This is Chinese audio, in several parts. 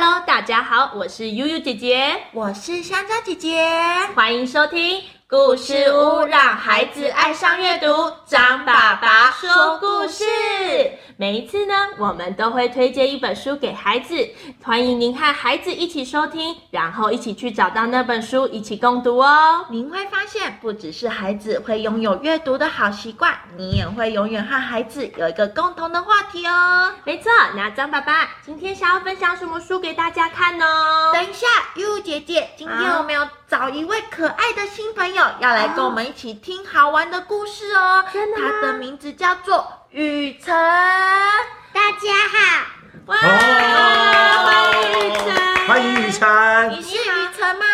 好，我是悠悠姐姐，我是香蕉姐姐，欢迎收听故事屋，让孩子爱上阅读。张爸爸说故事，每一次呢，我们都会推荐一本书给孩子，欢迎您和孩子一起收听，然后一起去找到那本书，一起共读哦。您会发现，不只是孩子会拥有阅读的好习惯，你也会永远和孩子有一个共同的话题哦。没错，那张爸爸今天想要分享什么书给大家看呢？等一下，悠姐姐，今天好我们有找一位可爱的新朋友要来跟我们一起听好玩的故事哦。真的吗他的名字叫做雨辰。大家好，哇，哦欢迎雨辰，欢迎雨辰 你。是雨辰吗？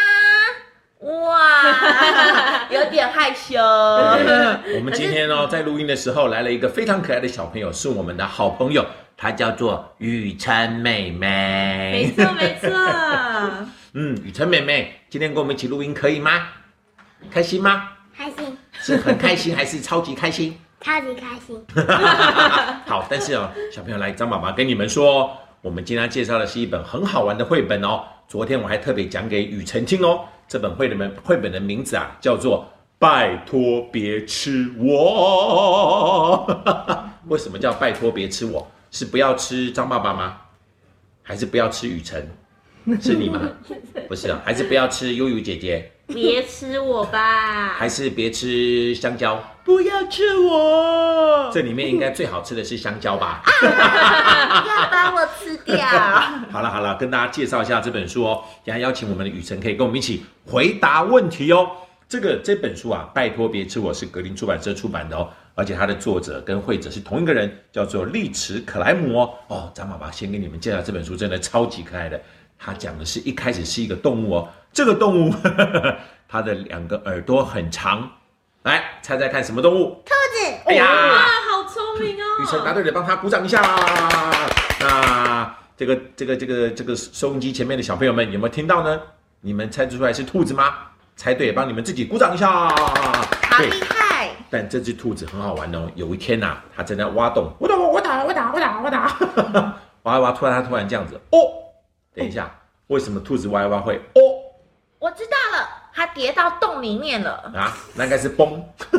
哇，有点害羞。我们今天哦，在录音的时候来了一个非常可爱的小朋友，是我们的好朋友，她叫做雨辰妹没妹。错没错， 嗯，雨辰妹妹，今天跟我们一起录音可以吗？开心吗？开心，是很开心还是超级开心？超级开心。 好，但是哦，小朋友来，张妈妈跟你们说哦，我们今天要介绍的是一本很好玩的绘本哦。昨天我还特别讲给雨辰听哦。这本绘本绘本的名字啊，叫做《拜托别吃我》。 为什么叫拜托别吃我？是不要吃张爸爸吗？还是不要吃雨辰？是你吗？ 不是啊，还是不要吃悠悠姐姐，别吃我吧，还是别吃香蕉？不要吃我，这里面应该最好吃的是香蕉吧？要把我吃 掉。好了好了，跟大家介绍一下这本书哦。然后邀请我们的雨辰可以跟我们一起回答问题哦。这个这本书啊，拜托别吃我是格林出版社出版的哦，而且它的作者跟绘者是同一个人，叫做利齿可莱姆哦。哦，张爸爸先给你们介绍这本书，真的超级可爱的。它讲的是一开始是一个动物哦，这个动物 它的两个耳朵很长，来猜猜看什么动物？兔子，哎呀！哇，好聪明哦，雨辰答对了，帮他鼓掌一下。那这个这个这个这个收音机前面的小朋友们有没有听到呢？你们猜出来是兔子吗？猜对，帮你们自己鼓掌一下。好对厉，害！但这只兔子很好玩哦。有一天呐、它正在挖洞，我打我打我打我打我打， 挖一挖，突然它突然这样子，哦，等一下，为什么兔子挖一挖会哦我知道了，它跌到洞里面了。啊？那应该是崩挖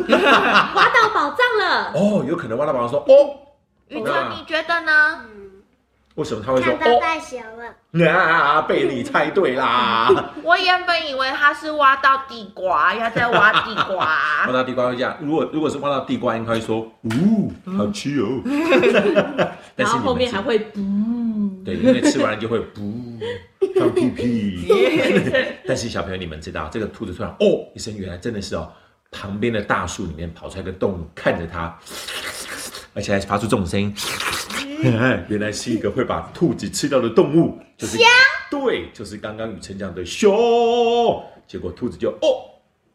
到宝藏了。哦，有可能挖到宝宝说哦，雨那辰，你觉得呢？嗯，为什么它会说看到哦？大熊 了，啊，被你猜对啦。我原本以为它是挖到地瓜，要再挖地瓜 挖。到地瓜会这样，如果如果是挖到地瓜，应该会说，呜、好吃 哦。但然后是你们后面知还会嗯，对，因为吃完了就会不放屁屁。但是小朋友，你们知道这个兔子突然哦一声，原来真的是哦，旁边的大树里面跑出来一个动物，看着它，而且还发出这种声音。哎原来是一个会把兔子吃掉的动物，就是对，就是刚刚雨辰讲的熊。结果兔子就哦，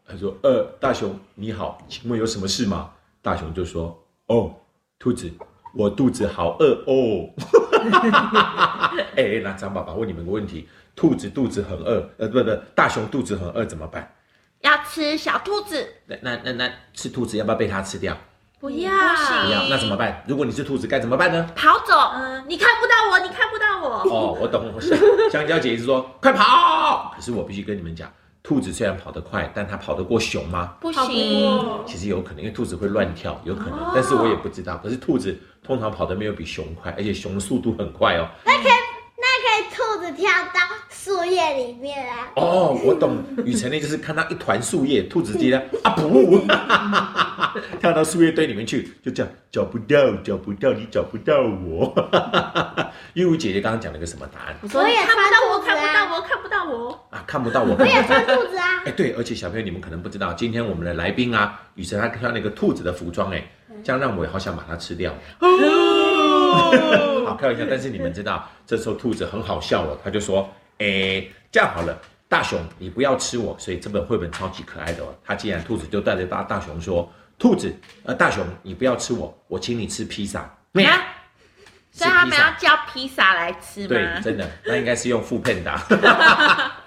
他说呃，大熊你好，请问有什么事吗？大熊就说哦，兔子，我肚子好饿哦。哎、那张爸爸问你们个问题：兔子肚子很饿，呃，不不，大熊肚子很饿怎么办？要吃小兔子，那那那那吃兔子要不要被它吃掉？不要，不要，那怎么办？如果你是兔子该怎么办呢？跑走。嗯，你看不到我，你看不到我，哦，我懂。香香蕉姐一直说快跑，可是我必须跟你们讲，兔子虽然跑得快，但它跑得过熊吗？不好哦行，其实有可能，因为兔子会乱跳，有可能，但是我也不知道。可是兔子通常跑得没有比熊快，而且熊的速度很快哦。那个兔子跳到树叶里面啊，哦，我懂，雨辰呢就是看到一团树叶，兔子接着啊不， 跳到树叶堆里面去，就这样找不到，找不到，你找不到我。 玉茹姐姐刚刚讲了个什么答案我说我你也看不到我，看穿不裤子啊到我，看不到我，啊？看不到我，，我也穿兔子啊哎，对，而且小朋友你们可能不知道，今天我们的来宾啊，雨辰他穿了一个兔子的服装，哎，这样让我也好想把它吃掉。 好，开玩笑，但是你们知道，这时候兔子很好笑哦，他就说，哎，这样好了。大熊，你不要吃我，所以这本绘本超级可爱的哦。他既然兔子就带着大大熊说：“兔子，呃，大熊，你不要吃我，我请你吃披萨。”啊所以他披们萨要叫披萨来吃对，吗？真的，那应该是用 Food Panda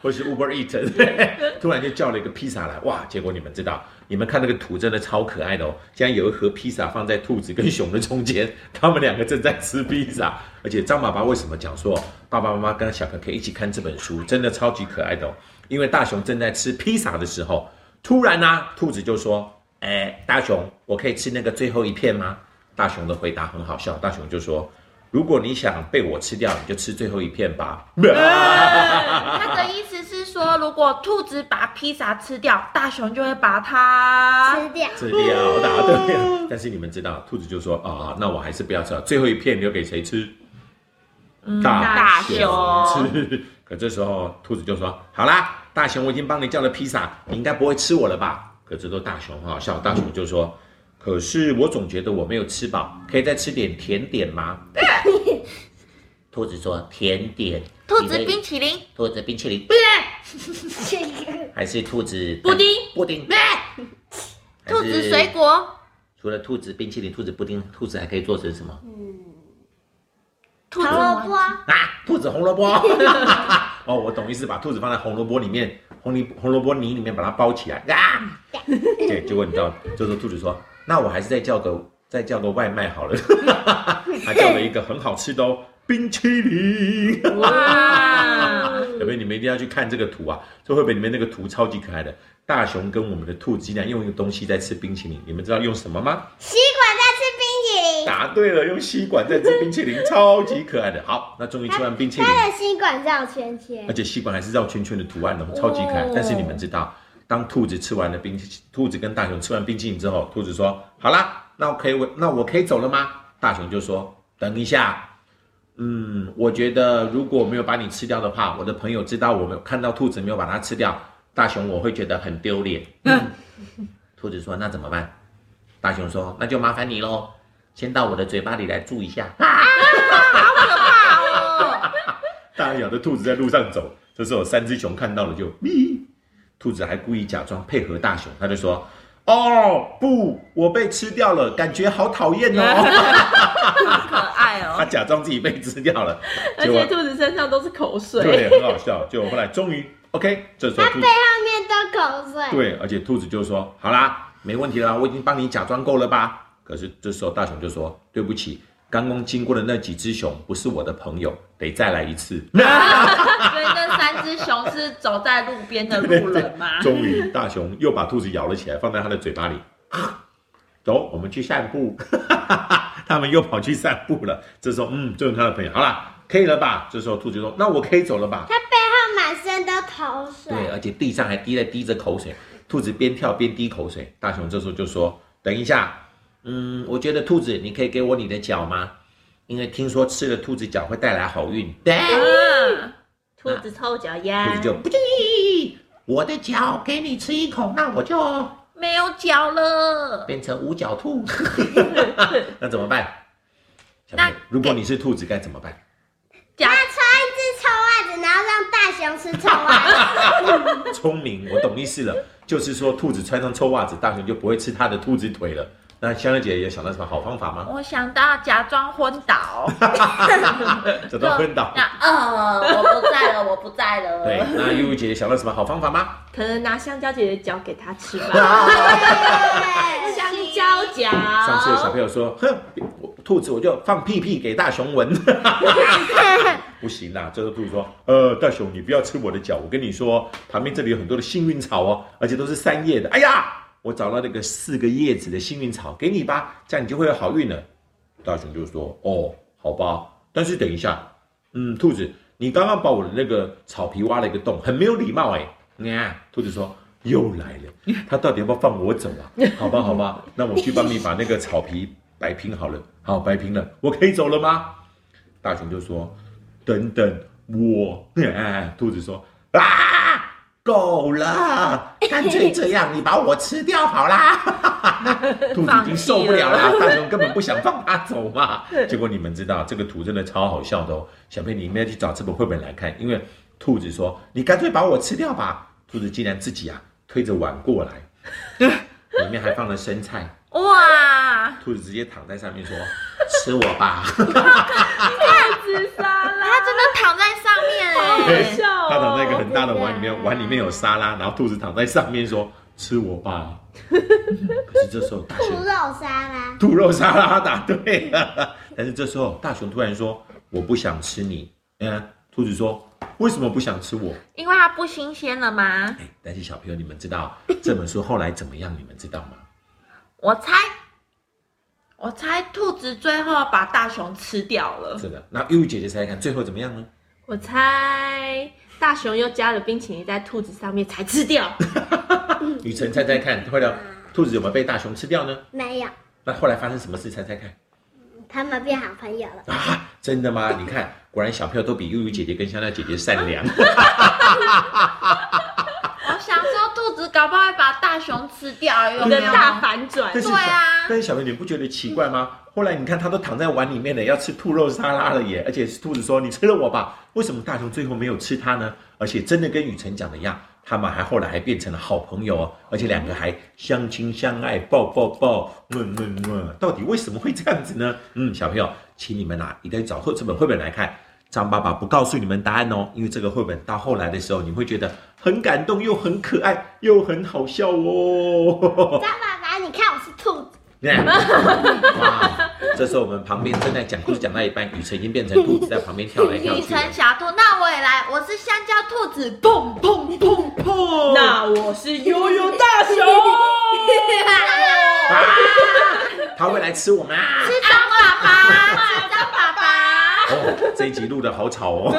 或是 Uber Eat，突 然就叫了一个披萨来，哇！结果你们知道，你们看那个图真的超可爱的哦。竟然有一盒披萨放在兔子跟熊的中间，他们两个正在吃披萨。而且张爸爸为什么讲说爸爸妈妈跟小朋友可以一起看这本书，真的超级可爱的哦。因为大熊正在吃披萨的时候，突然呢、兔子就说：“哎，大熊，我可以吃那个最后一片吗？”大熊的回答很好笑，大熊就说。如果你想被我吃掉，你就吃最后一片吧。他的意思是说，如果兔子把披萨吃掉，大熊就会把它吃掉。这里啊，答对了。但是你们知道，兔子就说啊、那我还是不要吃了，最后一片留给谁吃？嗯大熊吃。可这时候，兔子就说：“好啦，大熊，我已经帮你叫了披萨，你应该不会吃我了吧？”可这都大熊很好笑，大熊就说：“可是我总觉得我没有吃饱，可以再吃点甜点吗？”兔子说：“甜点，兔子你的冰淇淋。兔子冰淇淋，还是兔子布丁布丁，还兔是子水果，除了兔子冰淇淋、兔子布丁，兔子还可以做成什么兔子胡萝卜，啊？兔子红萝卜。 哦，我懂意思，把兔子放在红萝卜里面，红泥红萝卜泥里面把它包起来啊。对，结果你知道，这时候兔子说：“那我还是再叫个再叫个外卖好了。” 他叫了一个很好吃的哦，冰淇淋。哇，有没有？你们一定要去看这个图啊！这绘本里面那个图超级可爱的，大熊跟我们的兔竟然用一个东西在吃冰淇淋，你们知道用什么吗？吸管在吃冰淇淋，答对了，用吸管在吃冰淇淋，超级可爱的。好，那终于吃完冰淇淋，它的吸管上有圈圈而。且吸管还是绕圈圈的图案哦，超级可爱哦。但是你们知道，当兔子吃完了冰淇，兔子跟大熊吃完冰淇淋之后，兔子说：“好啦，那我可以我那我可以走了吗？”大熊就说：“等一下，嗯，我觉得如果没有把你吃掉的话，我的朋友知道我们看到兔子没有把它吃掉，大熊我会觉得很丢脸。兔子说：“那怎么办？”大熊说：“那就麻烦你喽，先到我的嘴巴里来住一下。”怕哦！大家咬的兔子在路上走，这时候三只熊看到了就咪，兔子还故意假装配合大熊，他就说：“哦不，我被吃掉了，感觉好讨厌哦。好可爱”他哦！假装自己被吃掉了，而且兔子身上都是口水，对，很好笑。结果后来终于 OK，这时候它兔子背后面都口水。对，而且兔子就说：“好啦，没问题啦，我已经帮你假装够了吧？”可是这时候大熊就说：“对不起，刚刚经过的那几只熊不是我的朋友，得再来一次。”所以那三只熊是走在路边的路人 吗？终于，大熊又把兔子咬了起来，放在它的嘴巴里。走，我们去散步。 他们又跑去散步了。这时候，嗯，就是他的朋友，好啦，可以了吧？这时候，兔子说：“那我可以走了吧它背后满身都口？”对，水。而且地上还滴了滴着口水。兔子边跳边滴口水。大熊这时候就说：“等一下，嗯，我觉得兔子，你可以给我你的脚吗？因为听说吃了兔子脚会带来好运。”对。嗯，兔子臭脚兔子丫，就不叽，我的脚给你吃一口，那我就没有脚了。变成五角兔， 那怎么办？小那朋友如果你是兔子该怎么办？假它穿一只臭袜子，然后让大熊吃臭袜 子。聪明，我懂意思了，就是说兔子穿上臭袜子，大熊就不会吃它的兔子腿了。那香香姐有想到什么好方法吗？我想到假装昏 倒，找到昏倒那。呃，我不在了，我不在了。对，那悠悠姐姐想到什么好方法吗？可能拿香蕉姐姐脚给它吃吧， 啊对香蕉脚。上次有小朋友说，哼，我兔子我就放屁屁给大熊闻， 不行啦。这时候兔子说，呃，大熊你不要吃我的脚，我跟你说，旁边这里有很多的幸运草哦，而且都是三叶的。哎呀，我找到那个四个叶子的幸运草给你吧，这样你就会有好运了。大熊就说，哦，好吧，但是等一下，嗯，兔子，你刚刚把我的那个草皮挖了一个洞，很没有礼貌哎、你看，兔子说。又来了，他到底要不要放我走啊？好吧，好吧，那我去帮你把那个草皮摆平好了。好，摆平了，我可以走了吗？大熊就说：“等等，我。” 哎，兔子说：“啊，够了，干脆这样，你把我吃掉好啦。”兔子已经受不了啦， 大熊根本不想放它走嘛。 结果你们知道，这个图真的超好笑的哦。小朋友，你们要去找这本绘本来看，因为兔子说：“你干脆把我吃掉 吧。”兔子竟然自己啊推着碗过来，里面还放了生菜。哇，兔子直接躺在上面说：“吃我吧 自杀了，它真的躺在上面好哎、好！”笑哦。他躺在一个很大的碗里面，碗里面有沙拉，然后兔子躺在上面说：“吃我吧。”可是这时候大兔熊肉沙拉， 兔肉沙拉答对了，但是这时候大熊突然说：“我不想吃你。”嗯，兔子说：“为什么不想吃我因为它不新鲜了吗？”哎，但是小朋友，你们知道这本书后来怎么样？你们知道吗？我猜，我猜兔子最后把大熊吃掉了。是的，那玉姐姐猜猜看，最后怎么样呢？我猜大熊又加了冰淇淋在兔子上面才吃掉。雨辰猜猜看，后来兔子有没有被大熊吃掉呢？没有，那后来发生什么事？猜猜看他们变好朋友了。啊！真的吗？你看，果然小朋友都比玉玉姐姐跟香蕉姐姐善良。我想说，兔子搞不好会把大熊吃掉，有一没个有？大反转啊但，是小对啊但是小朋友，你不觉得奇怪吗？后来你看，他都躺在碗里面了，要吃兔肉沙拉了耶！而且兔子说：“你吃了我吧。”为什么大熊最后没有吃它呢？而且真的跟雨辰讲的一样，他们还后来还变成了好朋友哦，而且两个还相亲相爱，抱抱抱，么么么。到底为什么会这样子呢？嗯，小朋友，请你们啊，一定要找后这本绘本来看。张爸爸不告诉你们答案哦，因为这个绘本到后来的时候，你会觉得很感动，又很可爱，又很好笑哦。张爸爸，你看我是兔子，哇！这时候我们旁边正在讲故事，讲到一半，雨辰已经变成兔子在旁边跳来跳 雨去辰。小兔，那我也来，我是香蕉兔子，砰砰砰砰。那我是悠悠大熊。啊！他会来吃我们啊！是张爸爸，张爸爸。哦，这一集录的好吵哦。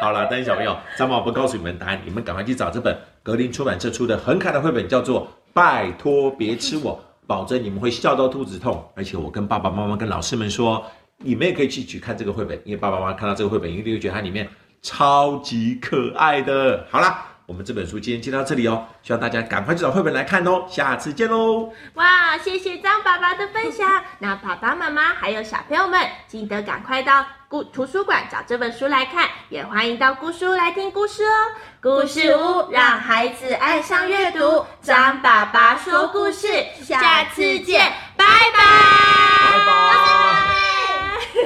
好了，但是小朋友，张宝不告诉你们答案，你们赶快去找这本格林出版社出的很可爱的绘本，叫做《拜托别吃我》，保证你们会笑到肚子痛。而且我跟爸爸妈妈、跟老师们说，你们也可以去去看这个绘本，因为爸爸妈妈看到这个绘本，一定会觉得它里面超级可爱的。好啦。我们这本书今天就到这里哦，希望大家赶快去找绘本来看哦，下次见喽。哇，谢谢张爸爸的分享。那爸爸妈妈还有小朋友们，记得赶快到故图书馆找这本书来看，也欢迎到故事屋来听故事哦。故事屋让孩子爱上阅读，张爸爸说故事，下次见，拜拜。拜拜。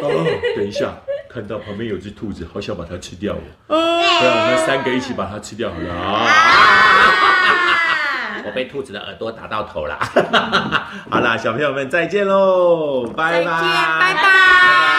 哦，等一下，看到旁边有只兔子，好想把它吃 掉哦。不然我们三个一起把它吃掉好了啊！ 我被兔子的耳朵打到 头了。好啦，小朋友们再见喽，再拜拜，见拜拜拜拜